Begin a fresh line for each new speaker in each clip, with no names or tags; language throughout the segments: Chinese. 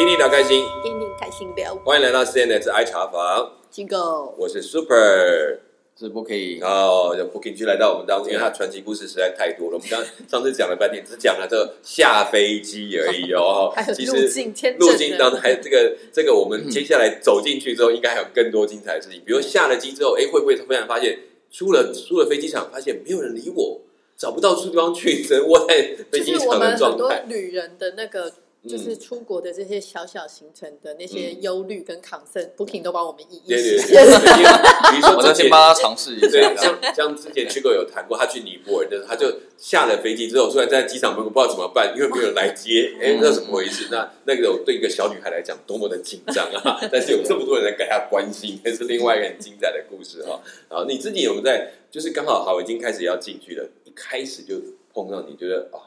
一定聊开心，
点点开心表，
欢迎来到 CNS I 茶房，
机构
我是 Super。
直播可以
然后有 Booking 就来到我们
啊
当中，因为他传奇故事实在太多了。我们刚上次讲了半天，只讲了这个下飞机而已哦。
还有
其
入
实
境签证
路
的嗯
径当中还这个这个，我们接下来走进去之后，应该还有更多精彩的事情。比如下了机之后，哎，会不会突然发现出
嗯
了出了飞机场，发现没有人理我，找不到地方去，只能窝在飞
就
机
是我
场
们
的
很
状
多
态。
旅人的那个，
嗯
就是出国的这些小小行程的那些忧虑跟 concern，Booking 都帮我们一一
对对
实
对，
现。
因为比如
我
说
再
之
先
前
帮他尝试一
对，
下。
像像之前 Chico 有谈过，他去尼泊尔，就是他就下了飞机之后，突然在机场门口不知道怎么办，因为没有人来接，
嗯
哎，那怎么回事？那那个对一个小女孩来讲，多么的紧张啊！但是有这么多人来给她关心，那是另外一个很精彩的故事哈、然后你自己有没有在，就是刚好好已经开始要进去了，一开始就碰到你觉得啊，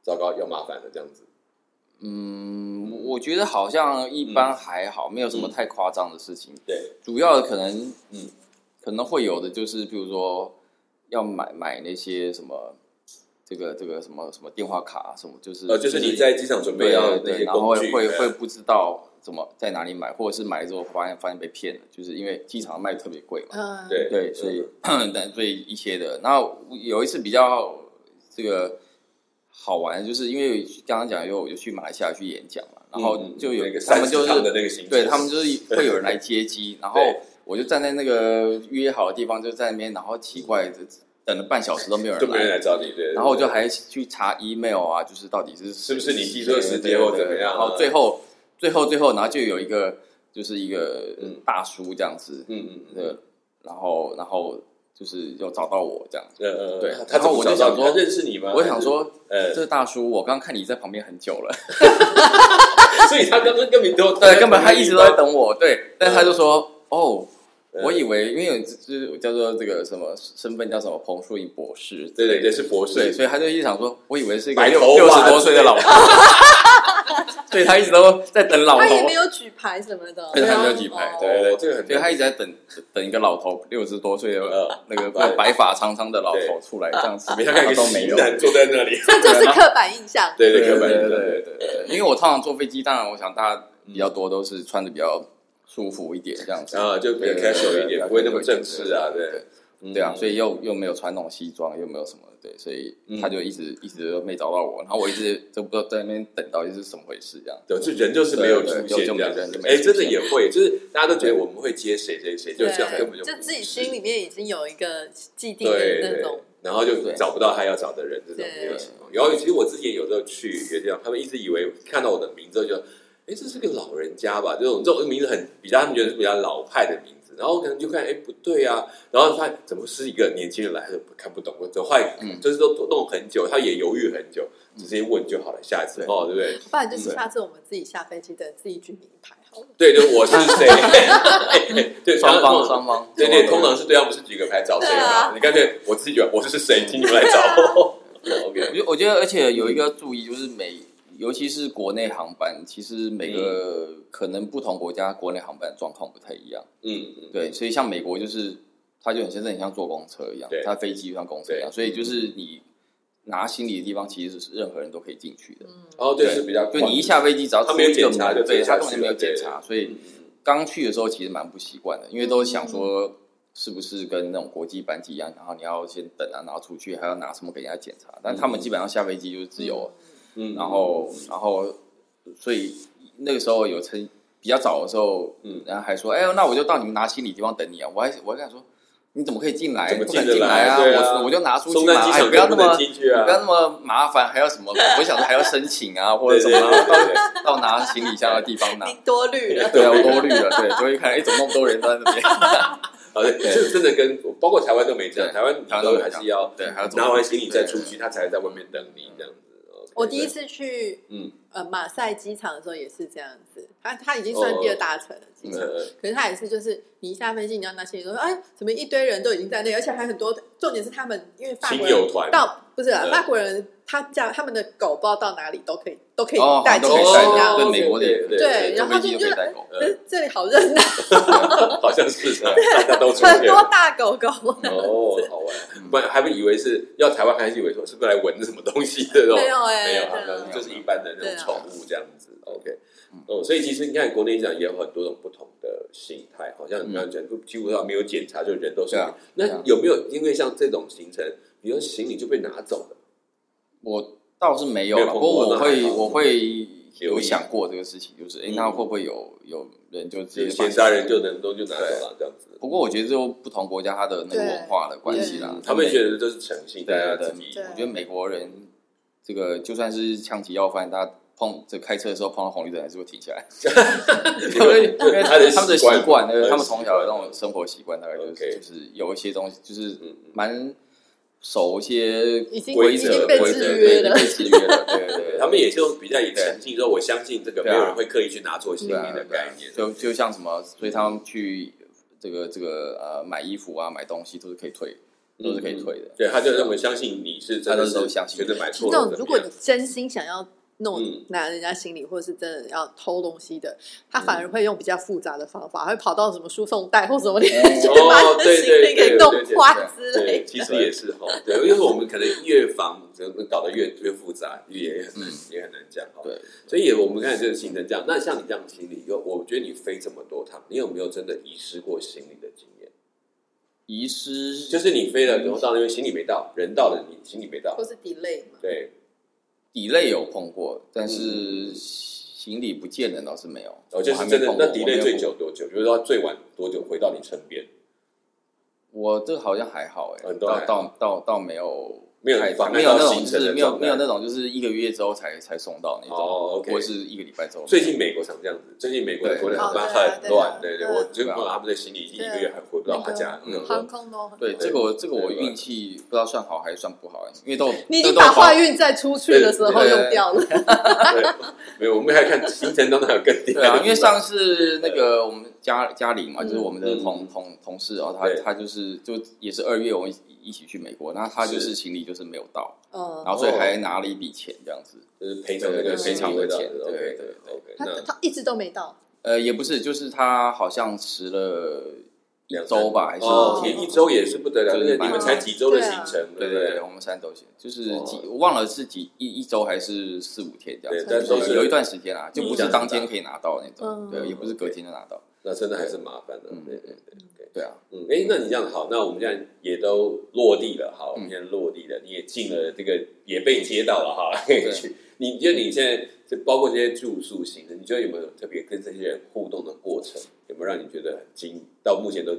糟糕，要麻烦了这样子，
嗯，我我觉得好像一
嗯
般还好，没有什么太夸张的事情。
对，
主要的可能，
嗯
嗯，可能会有的就是，比如说要买买那些什么，这个这个什么什么电话卡什么，就是
呃，就是你在机场准备
对
要
对
那些
对，然后
工具，
会会
对
会不知道怎么在哪里买，或者是买了之后发现发现被骗了，就是因为机场卖得特别贵嘛。
嗯，
对
对，所以但所以一些的。那有一次比较这个好玩，就是因为刚刚讲有有去马来西亚去演讲嘛，然后
嗯
就有、
那个
他们就
30趟的
是
那个行程，
对他们 就是会有人来接机，然后我就站在那个约好的地方，就在那边，然后奇怪的等了半小时都没有
就
人
没人
来。
来找你，对，对
然后我就
对
还去查 email 啊，就是到底是
是不是你记错时间
对对对
或怎么样啊
然后最后最后最后，然后就有一个就是一个
嗯
大叔这样子，
嗯嗯嗯。
对，然后然后就是又找到我这样子。
呃呃，
对
他怎么找到
然后我就想
你
说
他认识你吗？
我想说，
还是，
这大叔，我刚看你在旁边很久了，
呃，所以他刚刚根本都
对，根本他一直都在等我，对，但他就说，哦，
嗯
我以为因为有就是叫做这个什么身份叫什么彭树英博士，
对对对，是博
对，
士，
所以他就一直想说，我以为是一个
白
六
头
六
发
十多岁的老婆，所以他一直都在等老
他也
头
没，有举牌什么的，
对他没有
哦
举牌
哦
对对
哦这个很
所以他一直在等等一个老头，六十多岁的
呃，
那个
白
白发苍苍的老头出来，这样 子，
没他看一个
都没
型
有。
男坐在那里，
这就是刻板印象。
对
对
刻板印象，
对对对对，因为我通常坐飞机，当然我想大家比较多都是穿的比较舒服一点这样子，
啊，就比较
对对对
casual 一
对
点，
对
不会那么正式啊，
对
对，
对
嗯
对啊，所以又又没有穿那种西装，又没有什么对，所以
嗯
他就一直一直都没找到我，然后我一直都不知道在那边等到底是什么回事这样。
对，就人就是没有
对
出现
对就
这
就
样
没人就，没
哎，
出现
真的也会，就是大家都觉得我们会接谁谁谁，就
对
这样根本就
就
不
自
是
己心里面已经有一个既定的
对
那
对
种，，
然后就
对
找不到他要找的人这种
对
这种情况。然后其实我之前有时候去也这样，他们一直以为看到我的名字就觉得，哎，这是个老人家吧？这种这种名字很比较他们觉得是比较老派的名字。然后可能就看，哎，不对啊，然后他怎么是一个年轻人来，他就看不懂，我走坏，
嗯
就是都弄很久，他也犹豫很久，直接问就好了，下一次
对
哦，对不对？
不然就是
对
下次我们自己下飞机的自己举名牌好了。
对，就我是 谁？ 对，
双
然后
方双方，
对对，通常是对他们是举个牌找谁
对
嘛
啊？
你干脆我自己觉得我是谁，请你们来找我。OK，
啊
我觉得我觉得，而且有一个要注意，就是每尤其是国内航班，其实每个可能不同国家国内航班的状况不太一样。
嗯嗯，
对，所以像美国就是，它就很像真的很像坐公车一样
对，
它飞机就像公车一样，
对
所以就是你拿行李的地方，其实是任何人都可以进去的。
嗯
哦，对，是比较
就你一下飞机，只要
他
出
没有
一个
检查就
门，
直接
对，
下
他
去
根本就没有
了对
检查，
嗯
所以刚去的时候其实蛮不习惯的，因为都想说是不是跟那种国际班机一样，然后你要先等啊，然后出去还要拿什么给人家检查，但他们基本上下飞机就是自由。
嗯，
然后然后所以那个时候有趁比较早的时候，
嗯
嗯，然后还说，哎呦，那我就到你们拿行李地方等你啊！我还我还跟他说，你怎么可以进来？
怎么
不敢
进得
进来
来对啊
我我就拿出
松
去
山
嘛，
机
哎，
场
不要那
根本
么
不能。进去
不要
啊，
那么麻烦，还要什么？我想说还要申请啊，或
对
者什
对
么，
对
然后
对对
到到拿行李箱的地方拿。
您嗯多虑了，
对啊，我多虑了，对，就会看，哎，怎么那么多人都在 那边？
啊，对，就是真的跟包括台湾都没这样，
对
台湾你
台湾都没
都
这
还
样
是要
对，还要怎么
拿完行李再出去，他才在外面等你这样子。OK，
我第一次去，
嗯
呃，马赛机场的时候也是这样子，他他已经算第二大城了，机
对
场。
呃
可是他也是，就是你一下飞机，你要拿行李，说哎，怎么一堆人都已经在那里，而且还很多。重点是他们因为法
亲
国
友
人
团
到不是啊
嗯
法国人，他家他们的狗不知道到哪里都可以都可以
哦，
带
很
进
多
去
可以
哦
这
带狗，
样。
对美国的也可
对
以，
对然
坐
后
飞机
就
就可以
就
带狗，
呃，
这里好热闹，啊
好像是 的，大家都出
很
现
多
了。
大狗狗。
哦，好玩，不然还不以为是要台湾，还是以为说是不是来闻什么东西的那种
没有哎
没有，
对啊
好像就是一般的那种宠物这样子。OK，
嗯
哦，哦，所以其实你看国内讲也有很多种不同的形态，好像你刚刚讲，几乎上没有检查就人都送
嗯对啊
你。
对
那
啊
有没有因为像这种行程，比如说行李就被拿走了？
我倒是没有
没
了，
有碰
不
过
过我
那
会
还好
我会
留
有
意
想过这个事情，就是哎、诶
嗯
那会不会有有人就直
就
接
闲
把
杂人就能都就拿走了这样子。
不过我觉得就不同国家它的那个文化的关系啦
对，
嗯他们
觉
觉得这是诚信，大
对
家
啊
自
对
己
对
我觉得美国人这个就算是枪击要犯，他碰这开车的时候碰到红绿灯还是会停下来，因为 因为
他的
他们的
习惯
习惯，对
他的
他们从小的
习惯
那种生活习惯，大概就是
OK
就是有一些东西就是
嗯嗯
蛮守一些
已经
规
已
则
经被
规则
制约
对
了
已。经被制约 了，对对对，
他们也是用比较以诚信说，我相信这个没
对啊
有人会刻意去拿错行
对啊
李的概念。
就就像什么，所以他们去这个这个呃买衣服啊、买东西都是可以退，
嗯
都是可以退的。
对，他就认为相信你是真的
他那时
是
候相信
觉得买错
听
了
众，
怎
如
么
果
样
你真心想要弄
嗯
拿人家行李，或者是真的要偷东西的，他反
嗯
而会用比较复杂的方法，会跑到什么输送带或什么 地方去
哦
把你的
对
行
对
李给
对
弄
对对
坏之类
对，
的。
其实也是哈，对，因为我们可能越防就搞得越越复杂，也很难、 也很难讲哈。
嗯对，
所以也我们看这个行程这样，那像你这样行李，又我觉得你飞这么多趟，你有没有真的遗失过行李的经验？
遗失
就是你飞了以后到那边行李没到，人到了你行李没到
或，是 delay 嘛，
对，
底类有碰过，但是行李不见人倒是没有。
嗯哦，就
我还
是
没
真的
碰过
那 delay 最。久多久？就是说最晚多久回到你身边？
我没有碰过我这好像还好哎、
很多还
倒
好
倒倒倒没有
没有
太
妨碍
没有
到
那
行
种
程
就是
的
没有
状态
没有那种就是一个月之后才才送到那种，
哦，OK
或是一个礼拜之后。
最近美国常这样子，最近美国的
对
国内航班
哦对啊
很乱，
对
对对，
啊对啊
我就碰到他们的行李已经一个月还回不到他家，
对
嗯
航空都很
对这个我这个我运气不知道算好还是算不好、哎因为都
你已经
都都
把坏运在出去的时候
对对
用掉 了，
对，没有，我们还看行程当中还有更厉害
对
的地
啊，
方，
因为上次那个我们嘉嘉玲嘛，
嗯
就是我们的同同同事哦，他
对
他就是就也是二月我们一起去美国，那他就是行李就是没有到，然
嗯，
后所以还拿了一笔钱这样子，
就是赔偿那个
对
行李
赔偿
味道
的钱
，OK，
对对对
OK，
他
那
他一直都没到，
呃，也不是，就是他好像迟了一
两
周吧，还是
哦，
几
也一周也是不得了，
就是
因为你
蛮
们才几周的行程，
对啊
不
对对，我们三周前就是
哦
几，我忘了是几一一周还是四五天这样
对
子，
但都是
有有一段时间啊，就不是当天可以拿到那
嗯
种，对，也不是隔天就拿到，
那真的还是麻烦的，
嗯
对对对，OK。
对啊，
嗯，哎，那你这样好，那我们现在也都落地了，好，我
嗯
们现在落地了，你也进了这个，也被接到了哈。
对
去你觉得你现在就包括这些住宿型的，你觉得有没有特别跟这些人互动的过程？有没有让你觉得很惊？到目前都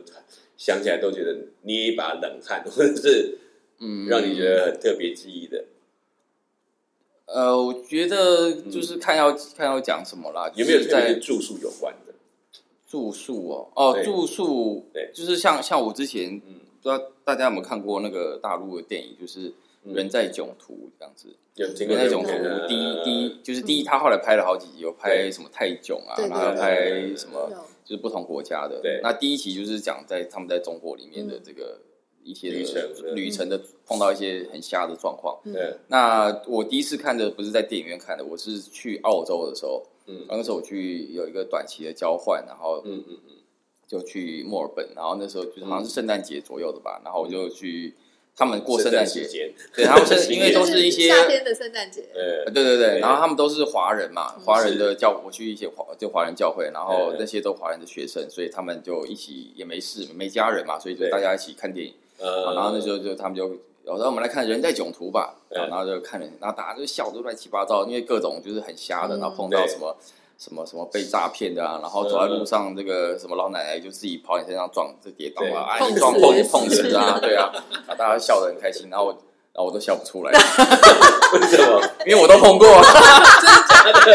想起来都觉得捏一把冷汗，或者是
嗯，
让你觉得很特别记忆的？
呃，我觉得就是看要、看要讲什么啦，
嗯有没有
就是
特别
在
跟住宿有关的？
住宿哦，哦，
对
住宿，
对
就是像像我之前
嗯，
不知道大家有没有看过那个大陆的电影，就是《人在囧途》这样子，
有经嗯过
人在囧途
这种》
第一第一就是第一，
嗯
他后来拍了好几集，有拍
对
什么泰囧啊，
对
然
对
后还有
对
拍什么
有
就是不同国家的，
对
那第一集就是讲在他们在中国里面的
嗯
这个一些
旅
的
程的
旅程的碰到一些很瞎的状况。
对，
那我第一次看的不是在电影院看的，我是去澳洲的时候，
嗯
那时候我去有一个短期的交换，然后
嗯嗯嗯，
就去墨尔本，然后那时候就是好像是圣诞节左右的吧，然后我就去他们过圣诞
嗯时
节，
间，
对他 们
圣诞
是
节
因为都是一些
夏天的圣诞节，
呃
呃，对对
对
对，然后他们都是华人嘛，
嗯
华人的教我去一些华就华人教会，然后
对
那些都华人的学生，所以他们就一起也没事没家人嘛，所以就
对
大家一起看电影，
呃，
然后那时候就他们就我说我们来看《人在囧途》吧，
对
然后就看人，然后大家就笑得乱七八糟，因为各种就是很瞎的，
嗯
然后碰到
对嗯
什么什么什么被诈骗的啊，然后走在路上这个什么老奶奶就自己跑你身上撞，就跌倒
对
啊，
碰
哎，你撞
瓷
碰碰瓷啊，对啊，然后大家笑得很开心，然后我然后我都笑不出来，
为什么？
因为我都 碰过，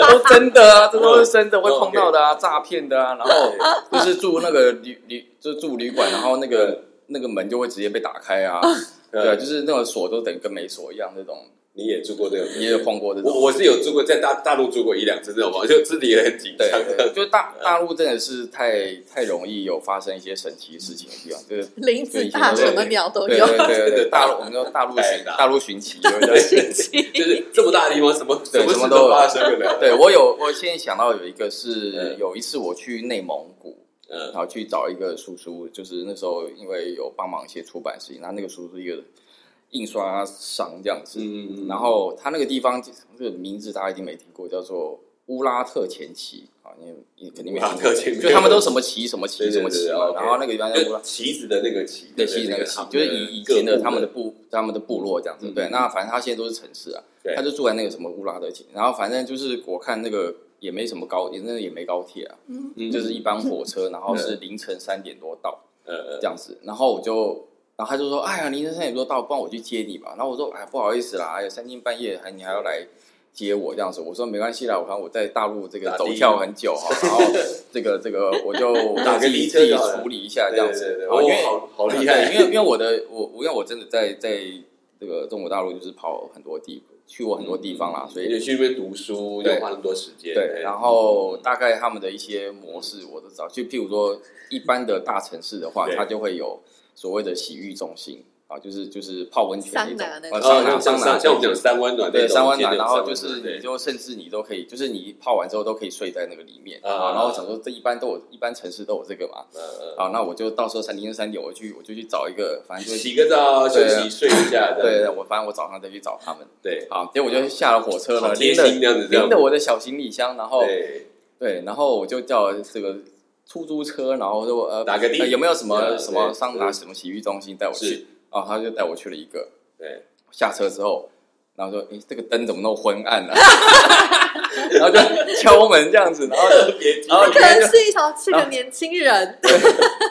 都真的啊，这都是真的会碰到的
哦
啊，诈骗的啊，然后就是住那个旅旅就住旅馆，然后那个那个门就会直接被打开啊。对啊，
呃，
就是那种锁都等于跟没锁一样那种，
你也住过这个？
你也有碰过这
我
种。
我是有住过，在大大陆住过一两次这种嘛， 就自己也很紧张
对，对，就大大陆真的是太太容易有发生一些神奇的事情的地方，就是
林子大什么鸟都
对
有
对，对对
对
对，大陆我们叫大陆
太
寻
大
大陆寻奇，对不 对？
就是这么大的地方，什么
对
么
什么
事
都有
发生不 了。
对我有，我现在想到有一个是
嗯
有一次我去内蒙古，然
嗯，
后去找一个叔叔，就是那时候因为有帮忙一些出版事情，然后那个叔叔是一个印刷商这样子，
嗯
然后他那个地方这个名字大家一定没听过，叫做乌拉特前旗啊，好，你你肯定没
马
听
特
过
前面
就他们都什么旗什么旗
对
什
对
么旗
对
嘛，
，OK
然后那个原来
就旗子的那个旗，
对，西那个旗，就是以以前的他们的部他们的部落这样子。
嗯
对，那反正他现在都是城市啊
对，
他就住在那个什么乌拉德铁，然后反正就是我看那个也没什么高，也真的也没高铁啊，
嗯
就是一班火车，然后是凌晨三点多到
呃呃
这样子，然后我就。然后他就说：“哎呀，凌晨三点多到，不然我去接你吧。”然后我说：“哎，不好意思啦，哎呀，三更半夜还你还要来接我这样子。”我说：“没关系啦，我看我在大陆这个
打的
走跳很久 哈，然后这个这个我就我
打个
就自己
离车
自己
就好了
处理一下这样子。
对对对
然后因为
哦好好厉害，
对因 为因为我的我我因为我真的在在这个中国大陆就是跑很多地，去过很多地方啦，所以
你去那边读书
对
又花那么多时间，
对，然后大概他们的一些模式我都知道，就譬如说一般的大城市的话，
对
它就会有所谓的洗浴中心啊，就是就是泡温泉那
桑
种
拿那种
然
啊，桑
后
拿
哦像
桑
像
拿
像像我们讲三温暖那
对
种，
三温暖，
见那种
然后就
三温
是
暖对
你就甚至你都可以，就是你泡完之后都可以睡在那个里面
啊
啊，然后我想说这一般都有，一般城市都有这个嘛。
呃呃
啊，那我就到时候三凌晨三点，我去我就去找一个，反正就
洗个澡休息睡一下，这
啊对，啊
样
我反正我早上再去找他们
对，
啊，结果我就下了火车
好
了，
贴
拎
心这
啊着
样子，这样
拎
子
着我的小行李箱，然后
对
对，然后我就叫这个出租车，然后就呃
打个的
呃有没有什
对
么
啊
什么
对
桑拿什么洗浴中心带我
是
去啊？他就带我去了一个，
对，
下车之后，然后说诶这个灯怎么那么昏暗呢、 然后就敲门这样子，然后
特别
然后里
可
面
能
就是
一条是个年轻人，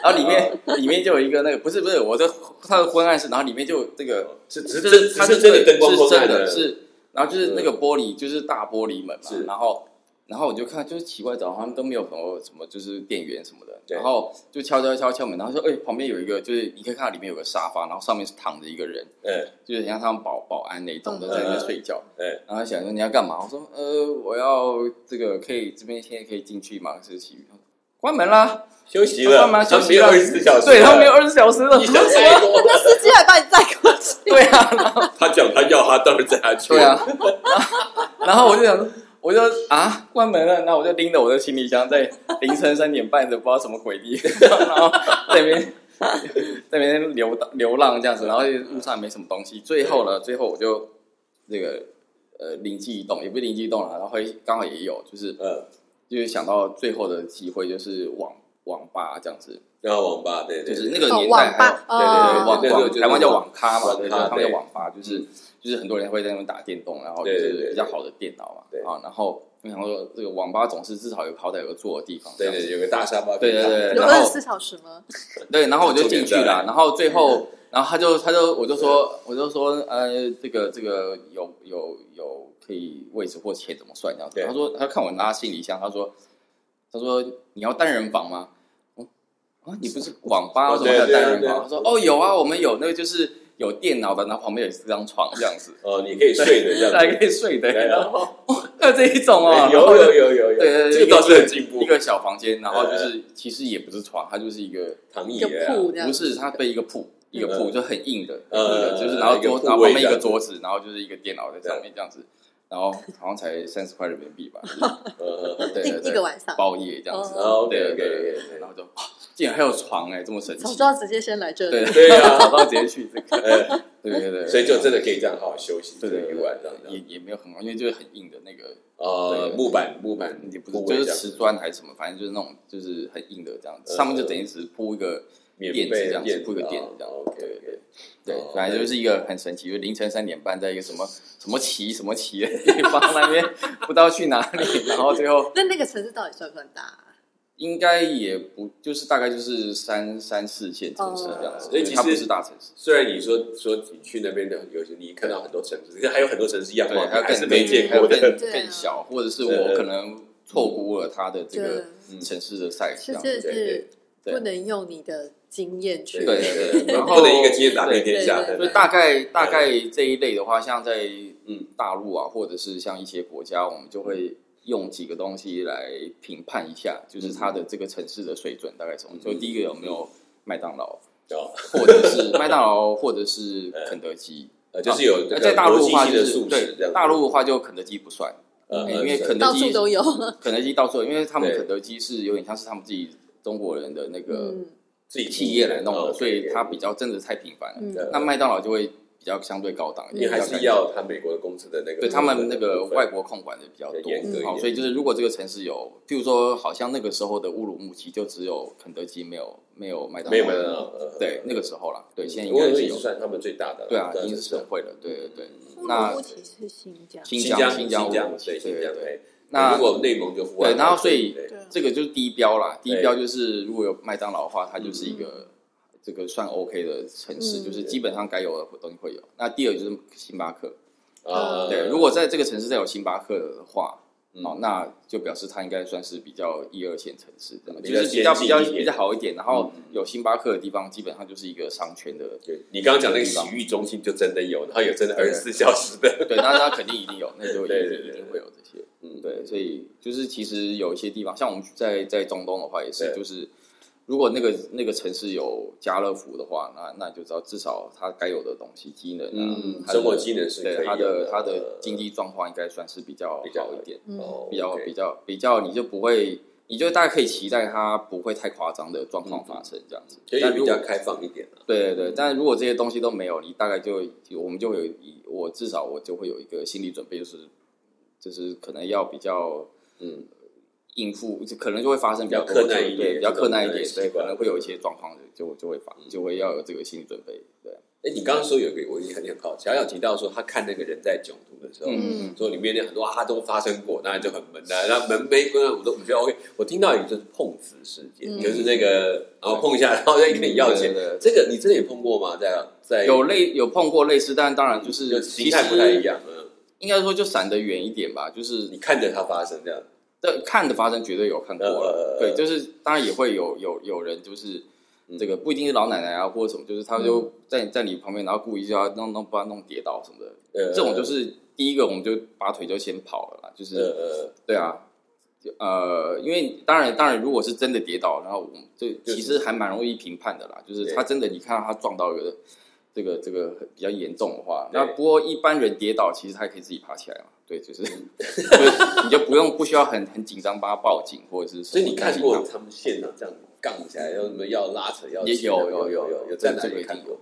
然后里
哦
面里面就有一个那个不是不是我的它的昏暗室，然后里面就有这个。
是只是
就是
真
它
只是真的灯光
是
昏
真
暗
的
的，
是，然后就是那个玻璃就是大玻璃门嘛
是，
然后然后我就看就是奇怪，早上都没有什么什么就是店员什么的，
对
然后就敲敲敲敲门，然后说哎、旁边有一个就是你可以看到里面有个沙发，然后上面是躺着一个人，
嗯
就是很像他们保保安那种
嗯
都在那边睡觉，
嗯
然后想说你要干嘛？我说呃我要这个可以这边现在可以进去吗？是洗浴，关门啦，
休息了，
他们
他
休
们
息
没有
了
二十四小时，啊
对他们有二十四小时啊了
你，想太多了。
司机还把你载过去。
对啊，
他讲他要，他当然带他去。
对啊，然后我就想说，我就啊关门了，那我就拎着我的行李箱，在凌晨三点半的不知道什么鬼地， 然后在那边 在那边流荡流浪这样子，然后路上也没什么东西。最后呢，最后我就那个呃灵机一动，也不是灵机一动了，然后会刚好也有，就是
嗯，
就是想到最后的机会就是网网吧这样子，
然后网吧，对，对
就是
对
那个
哦
年
网
代还有
吧
对对
哦
对呃网
那时候就是
网台湾叫网咖嘛，
网
对，就
咖
是他们叫
对嗯
网吧，就是就是很多人会在那边打电动，然后就
对对
是
对
比较好的电脑嘛
对，
啊，然后我想说这个网吧总是至少有好歹有个坐的地方，这
对
样子
对，有个大沙发可以
对对
打，
对
有
然
二
后
十四小时吗？
对，然后我就进去
重点在嗯
了，然后最后，然后他就他就我就说我就说呃，这个这个有有有可以位置或钱怎么算这样子
对？
他说他看我拉行李箱，他说他说你要单人房吗？我啊，你不是网吧
哦
为什么还有
对对
单人
对
房？他说哦有啊，我们有那个就是有电脑的，然后旁边有四张床这样子，
哦，你可以睡的这样
还
子。
可以睡的。
对啊
然后哦还有这一种哦，然后
有有有有有，
对对对，
这个倒是很进步
一。个小房间，然后就是其实也不是床，它就是一个。
躺
一
椅
个
啊，
铺这样
不，是，它被一个铺，一个铺就很硬的，
嗯
很硬的就是
嗯
然后
一个
桌，
铺
然后旁边
位
一
这
个
样
桌子，然后就是一个电脑在上面这样子，然后好像才三十块人民 币吧，
嗯嗯
对
一
对
一个
对，
晚上，
包夜这样子，
哦
对对
OK，OK，OK，
对，然后就哇竟然还有床哎，这么神
早
奇
知，道直接先来这
对
里。
对啊
早知道直接去 这个，
嗯，
对对对，
所以就真的可以这样好好休息，
对
这
对
一
对
晚这样
也
子。
也没有很忙，因为就是很硬的那个，
呃，木板木板
也不
木
是
位啊
就是
这样子
瓷砖还是什么，反正就是那种就是很硬的这样子，
嗯
上面就等于只是铺一个
免
垫子
费
这样子，铺一个垫
点
子这样子，
OK
对对对
OK，。
对
哦，
反正就是一个很神奇，就凌晨三点半，在一个什么什么旗什么旗的地方那边，不知道去哪里，然后最后
那那个城市到底算不算大啊？
应该也不就是大概就是三三四线城市这样子，
哦所以其
对
实
它不是大城市，
虽然你说说你去那边的有些你看到很多城市，可是还有很多城市一样
对，
貌，
还有
还
更
是没见
还有
过
更
的。
对啊
更小，或者是
对
我可能错估了它的这个
嗯
城市的赛
是
事这样
这
子，
是
对
不能用你的经验去
对对对对，然后
不能一个经验打遍天下的。
对对
所以
对
大概大概这一类的话，像在
嗯
嗯大陆啊，或者是像一些国家，我们就会用几个东西来评判一下，就是它的这个城市的水准大概什么。
嗯
就第一个有没有麦当劳，
哦
或 者是麦当劳，或者是肯德基。
呃，就是有这
啊那
个
在大陆
国
的
际
话，
性
就
的
是
素食这
对
样。
大陆的话就肯德基不算，
呃，
因为肯
到
德
处
基
都有。
肯德基到处，因为他们
对
肯德基是有点像是他们自己中国人的那个
嗯，
自己嗯哦
企业来弄的，所以它
他
比较真的太频繁了。
嗯
对
那麦当劳就会比较相对高档一
因为
点，
还
比较
是
干净
要他美国的公司的那个，
对他们那个外国控管的比较
比较
多，
严格一
好，
点
所以就是如果这个城市有，譬如说，好像那个时候的乌鲁木齐就只有肯德基，没有没有麦当劳，
没有麦当劳，，呃
对，，那个时候啦，对，现在应
我
该
也
是
已
有
经，算他们最大的了，
对啊，已经
就是
省会了，对对对。
嗯
乌
那
鲁木齐是新疆，
新
新
疆，
新
疆，乌鲁
疆
木，
对
齐，
新疆，
对对。
哎
那
如果内蒙就富安
对然后所以
对
对啊
这个就是低标啦，低
对嗯
标就是如果有麦当劳的话，它就是一个这个算 OK 的城市，
嗯
就是基本上该有的东西会有。那第二就是星巴克，
啊，
对，如果在这个城市再有星巴克的话，
嗯
哦，那就表示它应该算是比较一二线城市的，
比
就
较
是比较
先进
比较
一点
比较好一点。然后
嗯
有星巴克的地方，基本上就是一个商圈的，
对你刚刚讲那个洗浴中心就真的有，然后有真的二十四小时 的，
对，那那肯定一定有，那就一
对对
定
对
一定会有这些。
嗯，
对，所以就是其实有一些地方，像我们在在中东的话，也是
对
就是。如果那个那个城市有家乐福的话，那那你就知道至少它该有的东西机能啊，
嗯，
它的
生活技能是可
对
以
它
有
的它的经济状况应该算是比较
比较
好一点。
嗯，
哦
比较
OK
比较比较，你就不会，你就大概可以期待它不会太夸张的状况发生这样子。
所嗯以也
但
比
如
较
果
开放一点啊，
对对对，但如果这些东西都没有，你大概就我们就有一，我至少我就会有一个心理准备，就是就是可能要比较
嗯，
应付，就可能就会发生比较
比
多
较困难一点
对，比较困难一
这
点，
种
所以
习惯嗯
可能会有一些状况就就会发，就会要有这个心理准备。对，
哎，你刚刚说有一个我也很很好奇，小小提到说他看那个人在囧途的时候，
嗯
说里面那很多啊都发生过，那就很闷的、那门没关，我都我觉得 OK。我听到一个就是碰瓷事件，
嗯
就是那个然后碰一下，然后再跟你要钱。
嗯对对对
这个你真的也碰过吗？在在
有类有碰过类似，但当然就是
就
其
形
实
态不太一，样，嗯，
应该说就闪得远一点吧，就是
你看着它发生这样，
这看的发生绝对有看过了，
呃
对，就是当然也会有有有人就是
嗯
这个不一定是老奶奶啊或者什么，就是他就在在你旁边，然后故意就要弄弄把他弄跌倒什么的，
呃，
这种就是第一个我们就拔腿就先跑了啦，就
呃
是
呃，
对啊，就呃，因为当然当然如果是真的跌倒，然后我们就
就是
其实还蛮容易评判的啦，就是
对
他真的你看到他撞到有的这个这个比较严重的话，
对
那不过一般人跌倒其实他也可以自己爬起来嘛，对，就是
嗯
就是你就不用不需要很很紧张帮他报警或者是什
所
么，
以你看
但
过
是
他们现场这样杠起来，要什么要拉扯要
也
亲啊
有
有
有
有
有
有有
有
在
这
哪
这个
里
一定
看过？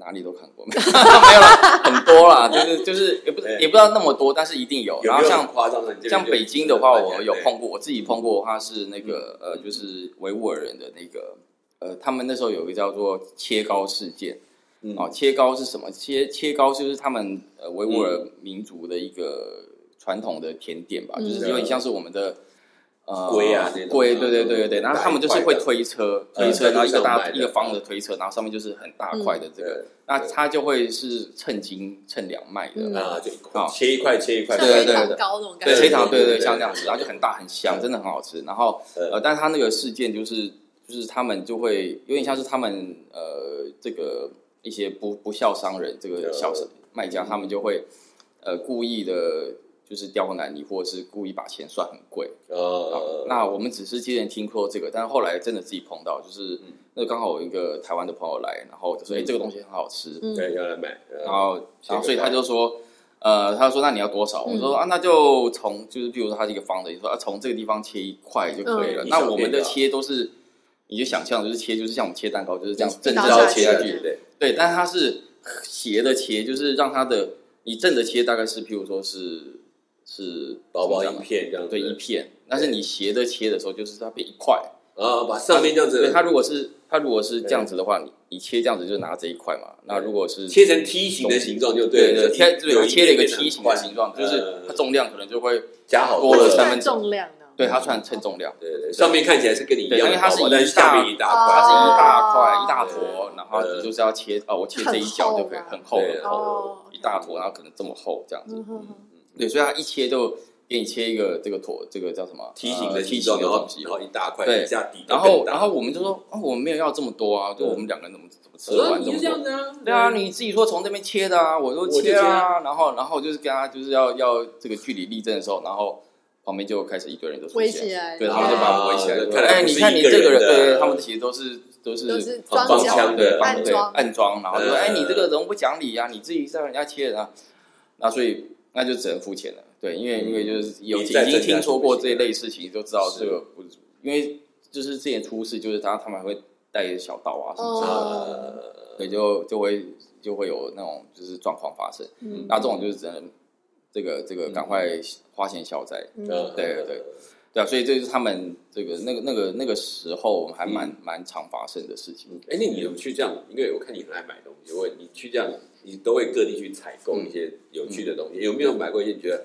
哪里都看过，没 有啦，很多啦，就是就是也不
对
也不知道那么多，但是一定有，
有没
然后
有
像
很夸张的？你这边
像
就
北京的话，
就
我有
对嗯
碰过，我自己碰过，他是那个呃，就是维吾尔人的那个呃，他们那时候有一个叫做切糕事件。
嗯
哦，切糕是什么？切切糕就是他们呃维吾尔民族的一
嗯
个传统的甜点吧，
嗯
就是有点像是我们的呃
龟啊那种
龟，对对对对对。
嗯
然后他们就是
大一块
会
的
推车，
呃
推车，然后一个
在路上
大
买的嗯
一个方的推车，然后上面就是很大块的这个，那它就会是称斤称两卖的
嗯。
对啊，就一块
好
切一块切一块，
像
对对对
黑糖糕那种感
对，
觉，
黑糖，对
对
对，
对
像这样子，然后就很大很香，真的很好吃。然后呃，
呃，
但是他那个事件就是就是他们就会有点像是他们呃这个一些不不孝商人这个小
呃
卖家，他们就会呃故意的。就是刁难你，或者是故意把钱算很贵。
呃，
那我们只是之前听说这个，但是后来真的自己碰到，就是那刚好有一个台湾的朋友来，然后就说：“哎、
嗯
这个东西很好吃。
嗯
对，要来买，呃
然后，
这个
然后所以他就说，呃，他说那你要多少？
嗯
我说啊，那就从就是比如说它是一个方的，你说啊，从这个地方切一块就可以了。
嗯
那我们的切都是，你就想象就是切，就是像我们切蛋糕就是这样正
一刀
着
下
切
去
下
对
去
不，对？
对，但它是斜的切，就是让它的你正着切大概是，譬如说是是
薄薄
怎
一
么讲啊
片这样子，
对一片，但是你斜的切的时候，就是它变一块。
啊，把上面这样
对，
子
它如果是它如果是这样子的话，你你切这样子就拿这一块嘛。那如果是
切成梯形的形状就
对
对
对，
了，
切
有有
对切了一个梯形的
片
形状，
呃
就是它重量可能就会
加好
多了三
算
分之
重量呢，
对它算称重量，
对对对，上面看起来是跟你一样
对因
的
为它
薄
是
薄，
一
但是下面一大
它
块，
哦
是一大
哦
块一大坨，然后
呃
你就是要切哦，我切这一角就可以，
很
很厚
对
很厚
哦，
一大坨，然后可能这么厚这样子，
嗯哼哼
对，所以它一切就给你切一个这个坨，这个叫什么
梯形
呃
的
梯
形
形
状，
的
然后
东西
然。后一大块
对
一下底，
然后，然后我们就说，啊，我们没有要这么多啊，就我们两个人怎么怎么吃得
呃，
完
你
这
就
么
这样
多？
子啊，
对啊，你自己说从这边切的啊，我就
就
切
切
啊，然后，然后就是跟他就是要要这个据理力争的时候，然后旁边就开始一堆人就出
围
现
起来，
对，
啊
他们就把我们围起来，就说
看来
哎，
不是
你看你
一个
这个
人
人，
的
对，对他们其实都是都
都
是
是装
放
脚
枪的
对，
暗
对
装，
暗装，然后就说
呃
哎，你这个人不讲理啊，你自己让人家切人啊，那所以那就只能付钱了，对，
嗯
因为因为就是有
你
已
再
经
增加
听说过
就不
这
行
一
了
类事情，就知道
是
这个不，因为就是之前出事，就是他他们还会带小刀啊什么之类的，
哦
呃，
对，就就会就会有那种就是状况发生。
嗯
那这种就是只能这个这个赶快
嗯
花钱消灾。
呃
嗯
对对对啊，所以这就是他们这个那个那个那个时候还
嗯
蛮、蛮常发生的事情。
哎，那你怎么去这样？因为我看你很爱买东西，我你去这样，你都会各地去采购一些有趣的东西，有没有买过一些你觉得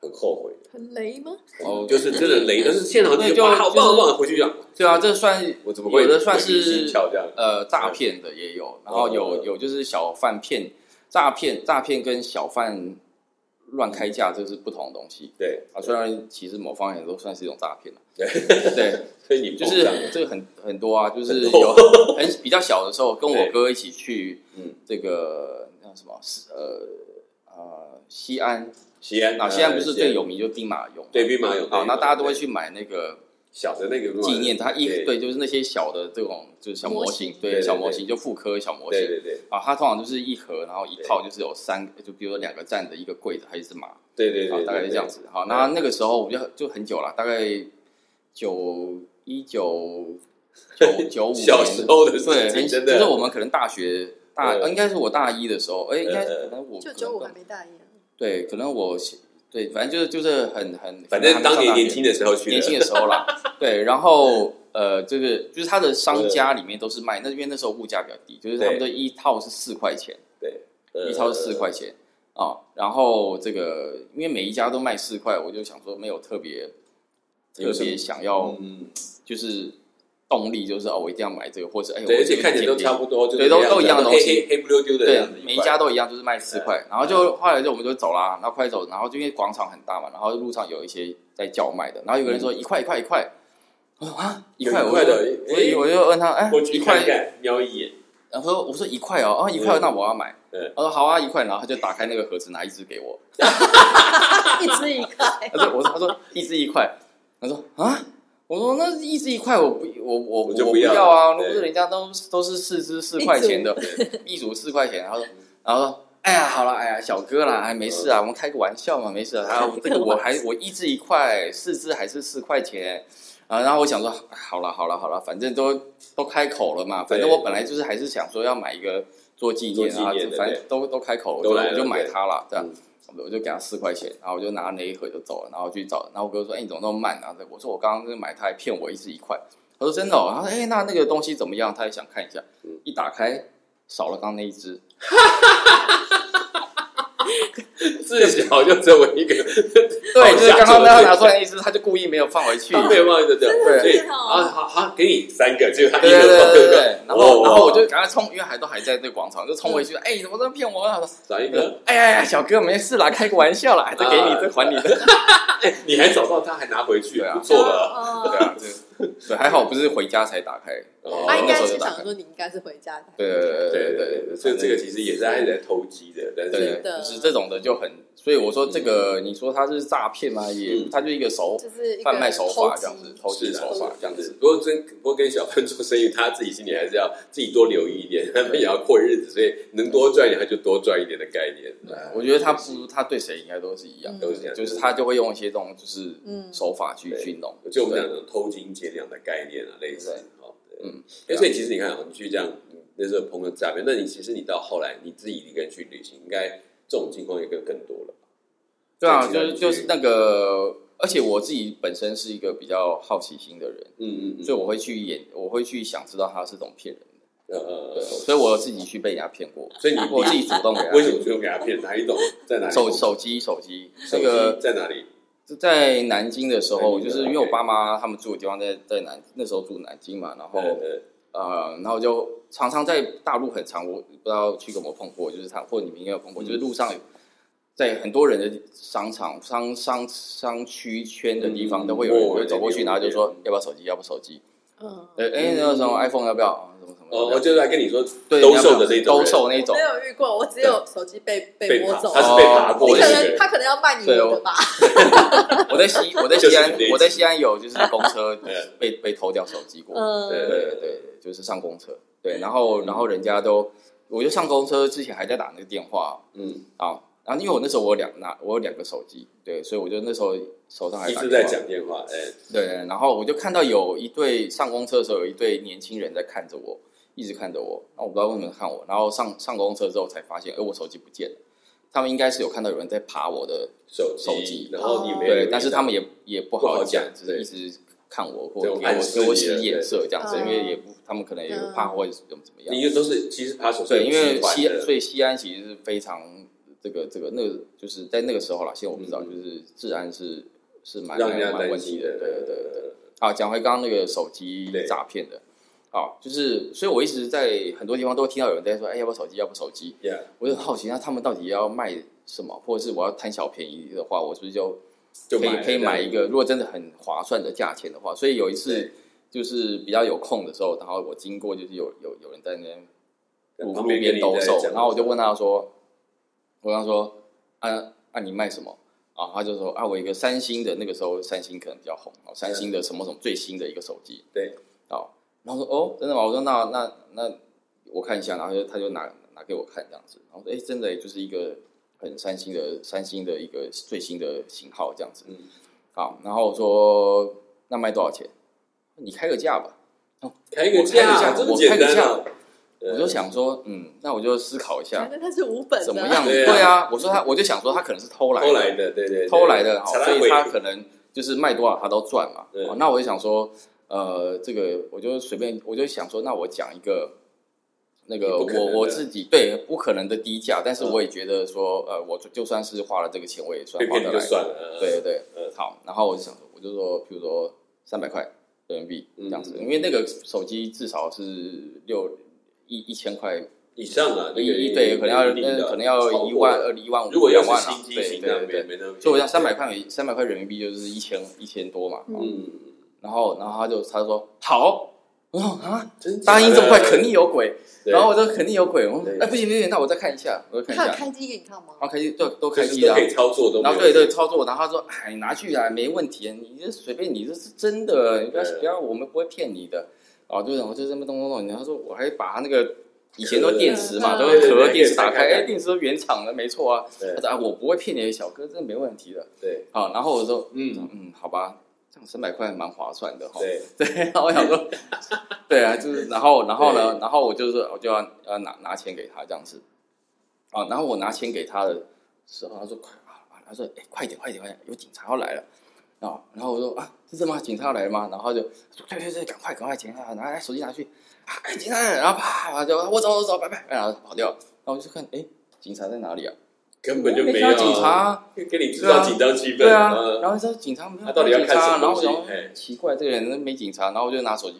很后悔的？
很雷吗？
哦
就是真的雷，但是现场就
对就
哇，好棒好
就是
棒，回去讲
对啊，这算
我怎么会
有的算
鬼迷心
是
窍这样？
呃诈骗的也有，然后
哦
有有就是小贩骗诈骗诈骗跟小贩乱开价这是不同的东西
对
啊。虽然其实某方面都算是一种诈 骗了，
对，
对，
所以你
就
碰上了
是这个很很多啊，就是
很多
有很比较小的时候，跟我哥一起去
嗯
这个那叫什么呃呃西安
西安
啊，西安不是最有名就兵马俑嘛
对兵马俑
啊，那大家都会
对
去买那个
小的那个
纪念它一
对
对，就是那些小的这种就是小模
模
型
型，
对
对
对
小模型就复刻小模
对
型
对对
啊，它通常就是一盒，然后一套就是有三，就比如说两个站的一个柜子，还有一只马，
对对
啊
对，，
大概是这样子。好，那那个时候我就就很久了，大概九一九 九九五
小时候的事情
对，很
真的
就是我们可能大学大，
嗯
呃应该是我大一的时候，哎，应该
嗯嗯
可能我
就
可能
九五
刚
还没大一 啊，
对，可能我对，反正就是就是很很，
反正当年年轻
的
的时候去的，
年轻的时候啦，对，然后呃，就是就是他的
嗯
商家里面都是卖那边那时候物价比较低，就是他们的一套是四块钱。
嗯
一超是四块钱啊、然后这个因为每一家都卖四块，我就想说没有特别
有
特
什么
别想要，
嗯，
就是动力就是哦，我一定要买这个，或者哎，
对，
我
而且看起来都差
多，
不多，就
对都
这样子
都一样的东西
黑黑黑不溜丢的
对
样子，
每一家都一样，就是卖四块。然后就后来就我们就走啦，然后快走，然后就因为广场很大嘛，然后路上有一些在叫卖的，然后有个人说一块一块一块，我说啊一块，
嗯有一
我
块
就
的
我
哎
就我就问他哎
过
一
去
块
看看，瞄一眼，
然后说我说一块哦，啊一块哦，
嗯
那我要买。
嗯
我说好啊，一块，然后他就打开那个盒子，拿一只给我。
一只一块，
他说我他说一只一块，他说啊，我说那一只一块我不我我
我就
不
不要
啊，
对
不是人家都都是四只四块钱的，一组四块钱，然后说然后说哎呀好了哎呀小哥啦，哎没事啊，我们开个玩笑嘛，没事啊，啊这个我还我一只一块，四只还是四块钱。啊，然后我想说，哎好了好了好了，反正都都开口了嘛，反正
对
我本来就是还是想说要买一个做纪
做
念啊，
纪念的
反正
对
都都开口了，我
都
就
来了
我就买
对
它了，对啊
嗯。
我就给他四块钱，然后我就拿那一盒就走了，然后去找，然后我哥说：“哎、你怎么那么慢啊？”我说：“我刚刚是买，他还骗我一只一块。”他说：“真的、哦。”他说：“哎、那那个东西怎么样？”他也想看一下
嗯，
一打开少了刚刚那一只，
自小就成为一个
对，就是刚刚
那
他拿出来那一只，他就故意没有放回去。
没有忘记的，
的
所以
真的哦
啊，好好给你三个，就是他一
对
个
对
放对
对对
不
对，然后
哦嗯
然后我就赶快冲，因为还都还在那个广场，就冲回去。哎，你怎么这么骗我？他说
找一个，
哎呀呀，小哥没事啦，开个玩笑啦，这给你
啊，
这还你 的。
哎，你还找到他，还拿回去，
对啊
不错了。
对
哦。
啊，对对，还好不是回家才打开。
哦
他应该
那时
是
候就打开
想说你应该是回家的，
对对
对
对
对
对
对，
对，
所以这个其实也是他在偷鸡的，但
对，
是
真的
就是这种的就很，所以我说这个，你说它是诈骗吗？也
嗯，
它就是一个手
就是一个
贩卖手法
投机
这样子，投机
是
手法这样
子
子。。
不过真不过跟小贩做生意，他自己心里还是要自己多留意一点，他们也要过日子，所以能多赚一点他就多赚一点的概念。
我觉得他不，他对谁应该都是一样
嗯，
都嗯是这样
就是他就会用一些这种就是
嗯
手法去
对
去弄。
就我们讲的偷斤减两的概念啊，类似
对
哦。
嗯
哎，所以其实你看，啊，你去这样，嗯那时候朋友诈骗，那你其实你到后来你自己一个人去旅行，应该这种情况也更更多了吧。
对啊，
对
就是
其他
就
地
是
区
那个，而且我自己本身是一个比较好奇心的人，
嗯嗯嗯，
所以我会去演，我会去想知道他是怎么骗人的。
呃呃，
对，
呃
所以我自己去被人家骗过，
所以你
我自己主动给
为什么
他。
最后给他骗？哪一种在哪里？
手手机手机
手
那
机
个
在哪里？
在南京的时候，
南京的
就是因为我爸妈他们住的地方在在南，那时候住南京嘛，然后
呃呃
呃，然后就常常在大陆很长，我不知道去有没有碰过，就是他或者你们应该有碰过，
嗯
就是路上有在很多人的商场商商商区圈的地
嗯
方，都会有人
哦
会走过去，
有有
然后就
有
说要不要手机，要不要手机，
嗯，
对，哎，那个什么 iPhone 要不要，啊什么什么
哦，
要不
我
要，
就是来跟你说
对，
兜
你要不
售
要
的那种人
兜售那
我
种
没，有遇过，我只有手机被
被
被摸
爬，
走，
他是被爬过
你
的那
可
个
能
人。
他可能要卖你
对
的
哦
吧，
我在西我在
就是
西安
那一
我在西安有就是公 车
嗯
被被偷掉手机过，
对
嗯，
对对，就是上公车。对，然
嗯
后然后人家都，我就上公车之前还在打那个电话
嗯，
啊，然后因为我那时候我有两拿我有两个手机，对，所以我就那时候手上还
一
打
直
电
在
话
讲电话，哎，
对，然后我就看到有一对上公车的时候有一对年轻人在看着我，一直看着我，那我不知道为什么看我，然后上上公车之后才发现，哎、我手机不见了。他们应该是有看到有人在爬我的，
手
手机
然后你没有
对，但是他们也也不
不好
好
讲
讲，只是一直看我或
这
给
种
我
暗示
给我
你的
使眼色这样子，
对
因为也不，他们可能也
嗯
怕或者怎么怎么样。
你都是其实扒手是有
对，因为
计划
西
的
所以西安其实是非常这个这个那个就是在那个时候啦，现在我不知道，就是治安是是
嗯
蛮
让人
蛮
家
蛮
担
问题
心
的，对对对。
对
好，讲回刚刚那个手机
对
诈骗的，好，就是所以我一直在很多地方都会听到有人在说，哎，要不要手机，要不要手机？
对，Yeah，
我就很好奇，那他们到底要卖什么，或者是我要贪小便宜的话，我是不是就
就
可以
了
可以买一个，
这样
如果真的很划算的价钱的话，所以有一次就是比较有空的时候，然后我经过就是有有有人在那边路路边兜售，然后我就问他说，我跟他说，啊啊你卖什么？啊，他就说啊，我一个三星的，那个时候三星可能比较红，哦，三星的什么什么最新的一个手机，
对，
哦，然后说哦，真的吗？我说那那那我看一下，然后他就他就拿拿给我看这样子，然后说哎，真的耶就是一个很三星的三星的一个最新的型号这样子，
嗯，
好，然后我说那卖多少钱？你开个价吧，
开一个
我开个
价，
价
这么简单啊
我！
对
我就想说，嗯，那我就思考一下
反，正他是无本的，
怎么样？
对
对
啊
啊，我说他，我就想说他可能是偷来的
呃偷来的，对对，对
偷来的，好，
才来
所以
回
他可能就是卖多少他都赚嘛
对。
哦那我就想说，呃，这个我就随便，我就想说，那我讲一个那个
也不可能
我
的
我自己对不可能的低价，但是
嗯
我也觉得说，呃，我就就算是花了这个钱，我也算
被
花
骗
得
你
来
就。算了，
对对对
嗯，
好，然后我就想说，我就说，比如说三百块人民币这样子，
嗯
因为那个手机至少是六一一千块
以上啊，那个
一对，可能要呃
领的
那可能要
超过
一万、二一万五、
如果要
两
是
万啊
新，机
对对
型，那
对
没
对。
没那么便宜，
所以我想三百块美三百块人民币就是一千一千多嘛，
嗯，
然后然后他就他就说好，我说啊
真假的
答应这么快肯定有鬼，
对
然后我说肯定有鬼，我说
对
哎不行不行，那我再看一下，我再
他
看
有
一下，
开机给你看吗？
然后开机都都
就
开
是
机
都
了
可，以操作都没有，
然后对对操作，然后他说哎你拿去啊没问题，你就随便你这是真的，你不要
对
不要我们不会骗你的，哦对，然后就这么动动动，然后说我还把他那个。以前都是电池嘛，
嗯
都是
对对
壳
对
电池打
可以
开，
看看
哎，电池都原厂的，没错啊。
对
他说啊，我不会骗你的，小哥，这没问题的。
对
好，然后我说，
嗯
嗯嗯，好吧，这样三百块蛮划算的哈。
对，
对，然后我想说，对啊，就是然后然后呢，然后我就是我就要要拿拿钱给他这样子，啊，然后我拿钱给他的时候，他说快啊，啊他说哎、快点快点快点，有警察要来了。啊，然后我说啊，是真的吗？警察要来了吗？然后他就说对对对，赶快赶快，警察拿来手机拿去啊，哎警察来了，然后啪就我走我走，拜拜，然后跑掉。然后我就看，哎，警察在哪里啊？
根本就没
看
有
到警察、啊。
给你制造紧张气氛，
对啊，
嗯
然后说警察没有，
他到底要看
警察
什么东
然后我
西
想说
哎
奇怪，这个人没警察，然后我就拿手机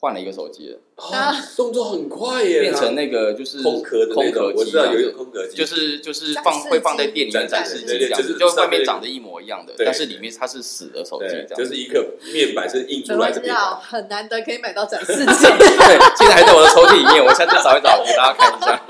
换了一个手机了，
啊，动作很快耶，
变成那个就是
空壳的那
空
种
壳，
我知
机这
道
样
有一个
子，
空壳机，
就是就是
展
放
示
会放在
机
店里面
展
展
示
示
机
机这样
对
子，
对
就
就是
外
上面
面长得一模一样的，
对
但是里面它是死的手机
对，
这
就
样。
是一个面板是印
怎
出
么
来的
知
面板，
道？啊很难得可以买到 展示机，
对，现在还在我的抽屉里面，我下次找一找给大家看一下。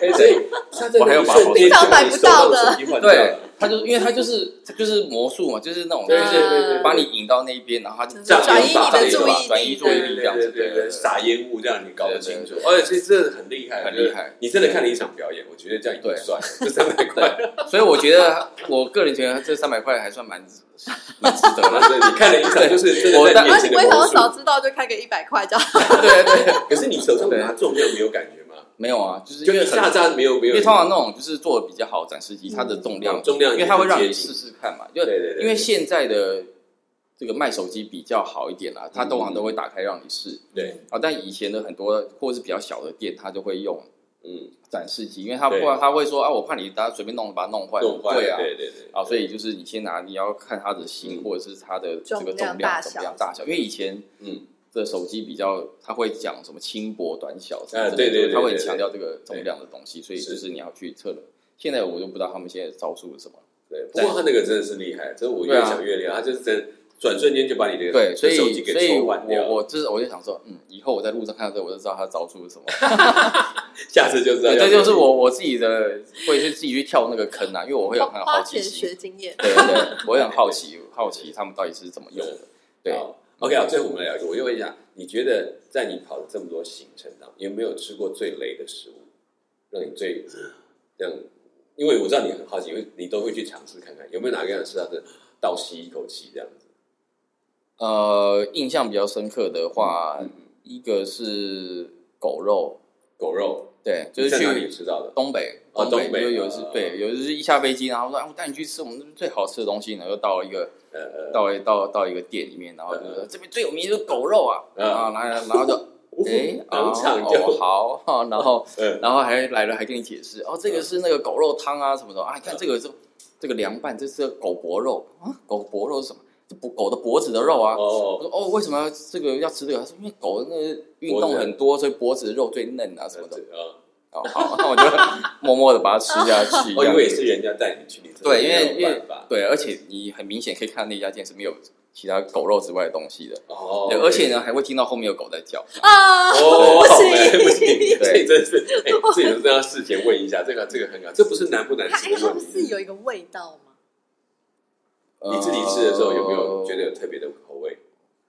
哎，所以下次
我还有把
瞬间
平常
就
买
你
不
手上
到的
手机换掉
对
了，
他就是因为他就是他就是魔术嘛，就是那种
对
就
对
是
对对，
把你引到那一边，然后他就
转移你的
这样子
注
吧
意
转
力
移注意力
对
这样子，
对
对，
撒烟雾让你搞得清楚
对对，
而且这很厉害，
很
就是
厉害
你真的看了一场表演，我觉得这样也
对
算，这三百块，
所以我觉得，我个人觉得这三百块还算蛮蛮值得的。
对你看了一场就是真
我
的在
当
你
那
眼
你
前的
为什么
魔
少
术，
知道就开个一百块就好？
对对，
可是你手上拿重量没有感觉吗？
没有啊，就是
就
因
一
为很
下扎没有没
因
有，
为通常那种就是做的比较好的展示机，它的重量
重量也
因为它会让
很
你
接近
试试看嘛，就
对对对，
因为现在的这个卖手机比较好一点啦，它通常都会打开让你试
对，
啊。但以前的很多或是比较小的店，它就会用
嗯，
展示机，因为它不
对
它会说啊，我怕你大家随便弄把它弄坏，
弄坏了
对啊，
对对对，
啊，所以就是你先拿，你要看它的型或者是它的这个
重量
重
大
量怎么
小
样大小，因为以前
嗯
的手机比较，它会讲什么轻薄短小什
哎
么之类的，
对对对
它
对
会很
对
强调这个重量的东西，所以
是
就是你要去测量。现在我就不知道他们现在招数是什么，
对，不过他那个真的是厉害，这我越
对啊
想越厉害，他就是真转瞬间就把你的
对，所以
手机给
所以
抽
我
完掉，
我就是我就想说，嗯，以后我在路上看到这个，我就知道它的招数是 什么。
下次就知道
对，
要，
这就是我我自己的，会是自己去跳那个坑啊，因为我会有很
花
好奇
钱
心，
学经 验，
对对对，我会很好奇好奇他们到底是怎么用的，对。
好 OK 啊，最后我们来聊一个，我就问一下，你觉得在你跑的这么多行程当中，有没有吃过最雷的食物，让你最让？因为我知道你很好奇，因为你都会去尝试看看有没有哪个样的吃到是倒吸一口气这样子。
呃，印象比较深刻的话，
嗯
一个是狗肉，
狗肉，
对，就是
在哪里
去
吃到的？
东北，
哦
北
东北
就有一次
啊
对，有一次一下飞机，然后说，哎，我带你去吃我们这边最好吃的东西，然后就到了一个
呃呃，
到了到到一个店里面，然后就
嗯
说这边最有名就是狗肉啊，
嗯
啊，然后然 后就。哎，
当场
哦
哦就
哦好哦然后
嗯
然后还来了还跟你解释哦，这个是那个狗肉汤啊什么的啊，你看
嗯
这个是这个凉拌，这是狗脖肉啊，狗脖肉是什么？这不狗的脖子的肉啊。我
哦，
说哦，为什么要这个要吃这个？他说因为狗那个运动很多，所以脖子的肉最嫩啊什么的。
啊，
哦，好， 那我就默默的把它吃下去。
哦，
这样
因
子
为也是人家带你去，你真的
对，因为
没
因
有
为
办法
对，而且你很明显可以看到那家店是没有其他狗肉之外的东西的。
哦
对，，而且呢还会听到后面有狗在叫。
啊，
哦，
不行
哎 不行，
对
这真是，哎，这也是要事前问一下，这个这个很好，这不是难不难
它
吃
哎，
的
它
问
不是
题。
有一个味道吗？
你自己吃的时候有没有觉得有特别的口味？
哦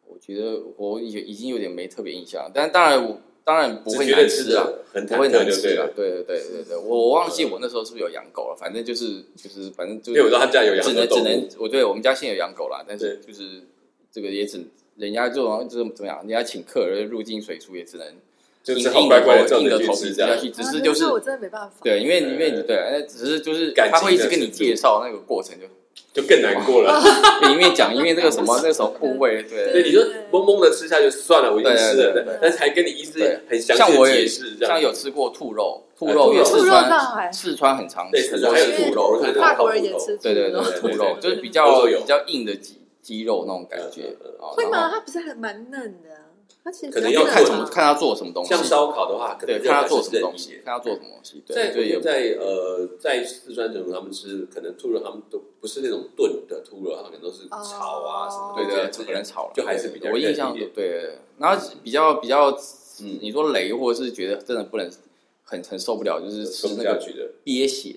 我觉得我已已经有点没特别印象，但当然我当然不
只
会
觉得
难
吃
吃啊，
的很
不
忐
会
忑
难
就
吃
对
啊
了。。
对对对对对，我我忘记我那时候是不是有养狗了，反正就是就是反正就
因为我知道他家有养
只
很
能
多
只
动物
能，我对我们家现在有养狗啦，但是就是这个也只人家就好像就是怎么样，人家请客人入境随俗也只能
就
硬
只好
硬
乖乖的
头
照
硬
着
着
去
头皮
吃
吃
这样
下。去，只
啊
是
那
就是
那我真的没办法。
对，因为
对
因为你对，哎只是就是
感
他会一
情的
直跟你
程度
介绍那个过程， 就
就更难过了。
一面讲一面这个 什么那个什么部位，
哦对，
对，
你就懵懵的吃下就算了，我已经吃
对对
了
对，
但是还跟你一直
对
很详
像
细
我
的
也
解释，这样
像有吃过兔肉，兔
哎兔
肉也
肉
四
兔肉上
川
海
四川很常
对
吃，
四
就
川
是
还有
兔
兔肉
肉
我，看到
法国人也吃
对对对
对
对，兔
对
肉
对
就是比
欧
较
洲有
比较硬的鸡鸡肉那种感觉
嗯嗯嗯
啊。
会
然
吗？
后？
它不是还蛮嫩的啊，它其实
可能
要
要
看
看
什
什
么，
么
看他做什么东西
像，烧烤的话，可
对，
能
看他做什么
热量
东
还是
西
更，
看他做什么东西，
在
对，所以也
在呃，在四川整容，他们吃可能兔肉，他们都不是那种炖的兔肉，他们可能都是
哦
炒啊什么
对
的。这
对，这
样
可能炒了，
就还是比较
我印象
韧一点
对，然后比较比较，嗯，你说雷或者是觉得真的不能很很受不了，就是吃
吃不
那
下
个
去的。
鳖血，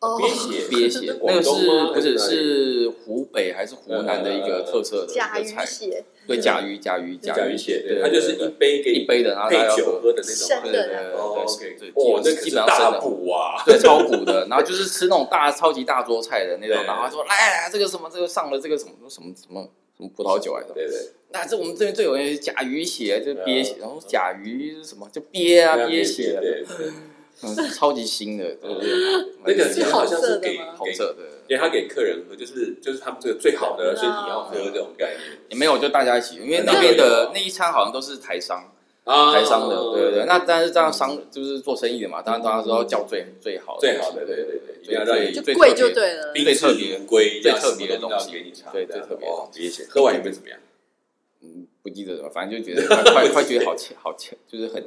哦，
鳖血，
鳖血，那
广
个
东
是
吗
不是
还哪里
是湖北还是湖南的一个特色的一
甲
个
鱼
菜？
血，
对，甲鱼，甲鱼，
甲鱼
鱼
血？
对，
它就是一杯给
一
你
杯的，然后
配
大家
酒
喝，
喝的那种。
对
生
对
的
对
哦
对
，OK，
对，
哇，那
对
可
基
是
本上生
大
的。
补啊！
对，超补的，然后就是吃那种大超级大桌菜的那种，
对
然后说来来来，这个什么这个上了这个什么什么什么什么葡萄酒来着，
对对，
那这我们这边最有名的是甲鱼血，就是鳖血，
嗯
然后甲鱼是什么就鳖啊鳖血，
对，
嗯，超级腥的，对
那个
是
好
好
像
色
是
的
给
吗
红
给
色的，
给他给客人喝，就是就是他们这个最好的，
对
所以你要喝这种概念
也没有就大家一起，因为那边的那一餐好像都是台商，
啊
台商的，对对对。那但是
嗯
这样商就是做生意的嘛，当然当然是要叫最最好的
最好的，对对对，一定要让你
就
最
贵
特别
就对了。
宾至如归，
最
要
特别的
什么都
东
要
西
给你尝，
对
这样
最特别的
哦
东
别血喝完有没有怎么样？
嗯，不记得了，反正就觉得快 快快觉得好呛好呛，就是很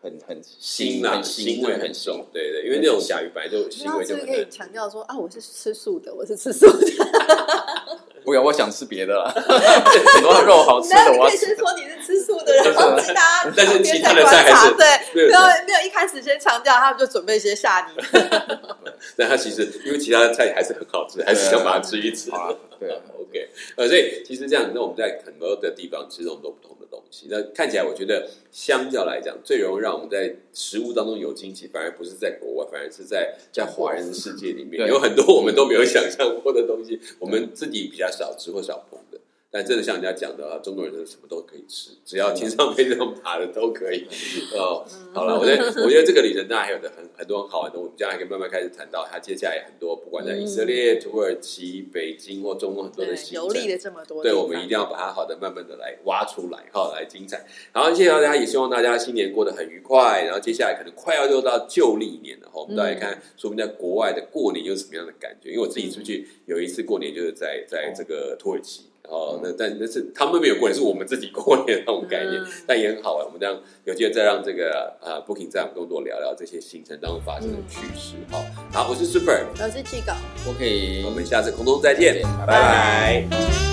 很很
腥
很
啦，
腥，
腥
真
味
的很
很
腥
重，。对对，因为那种甲鱼本来就
然
腥
后
味
这
就
个
很
可以
重。
强调说啊，我是吃素的，我是吃素的。
不要，我想吃别的 了，很多肉好
哦
吃
那
的
你
我要
可以
吃。
先说你是吃素 的，然后其他
但是其他的
旁
菜
边再观
还
察
是对
对，没有没有一开始先强调，他们就准备先 吓你。
但它其实因为其他的菜还是很好吃，还是想把它吃一吃。
好啦对，啊
OK，呃，所以其实这样，那我们在很多的地方吃很多不同的东西，那看起来我觉得相较来讲，最容易让我们在食物当中有惊喜，反而不是在国外，反而是在在华人世界里面，
对
有很多我们都没有想象过的东西，我们自己比较少吃或少碰的。但真的像人家讲的啊，中国人真的什么都可以吃，只要天上飞这种爬的都可以。
嗯
哦， 好了，我 觉得我觉得这个旅程当然还有的很很多很好玩的，我们将来可以慢慢开始谈到它接下来很多，不管在以色列、土耳其、北京或中东很多
对
的，行
游
程。
历了这么多地
对，
方，
我们一定要把它好的、慢慢的来挖出来，哈，来精彩。好，谢谢大家，也希望大家新年过得很愉快。然后接下来可能快要又到旧历年了，哈，我们再来看，说不定在国外的过年有什么样的感觉。因为我自己出去有一次过年就是在在这个土耳其，然后那但那是他们没有过年，是我们自己过年那种概念
嗯，
但也很好玩。我们这样有机会再让这个呃 Booking 再跟我们多聊聊这些行程当中发生的趣事。哈，好，我是 Super，
我是 G 狗。
我可以
我们下次空中再见
再见，拜
拜拜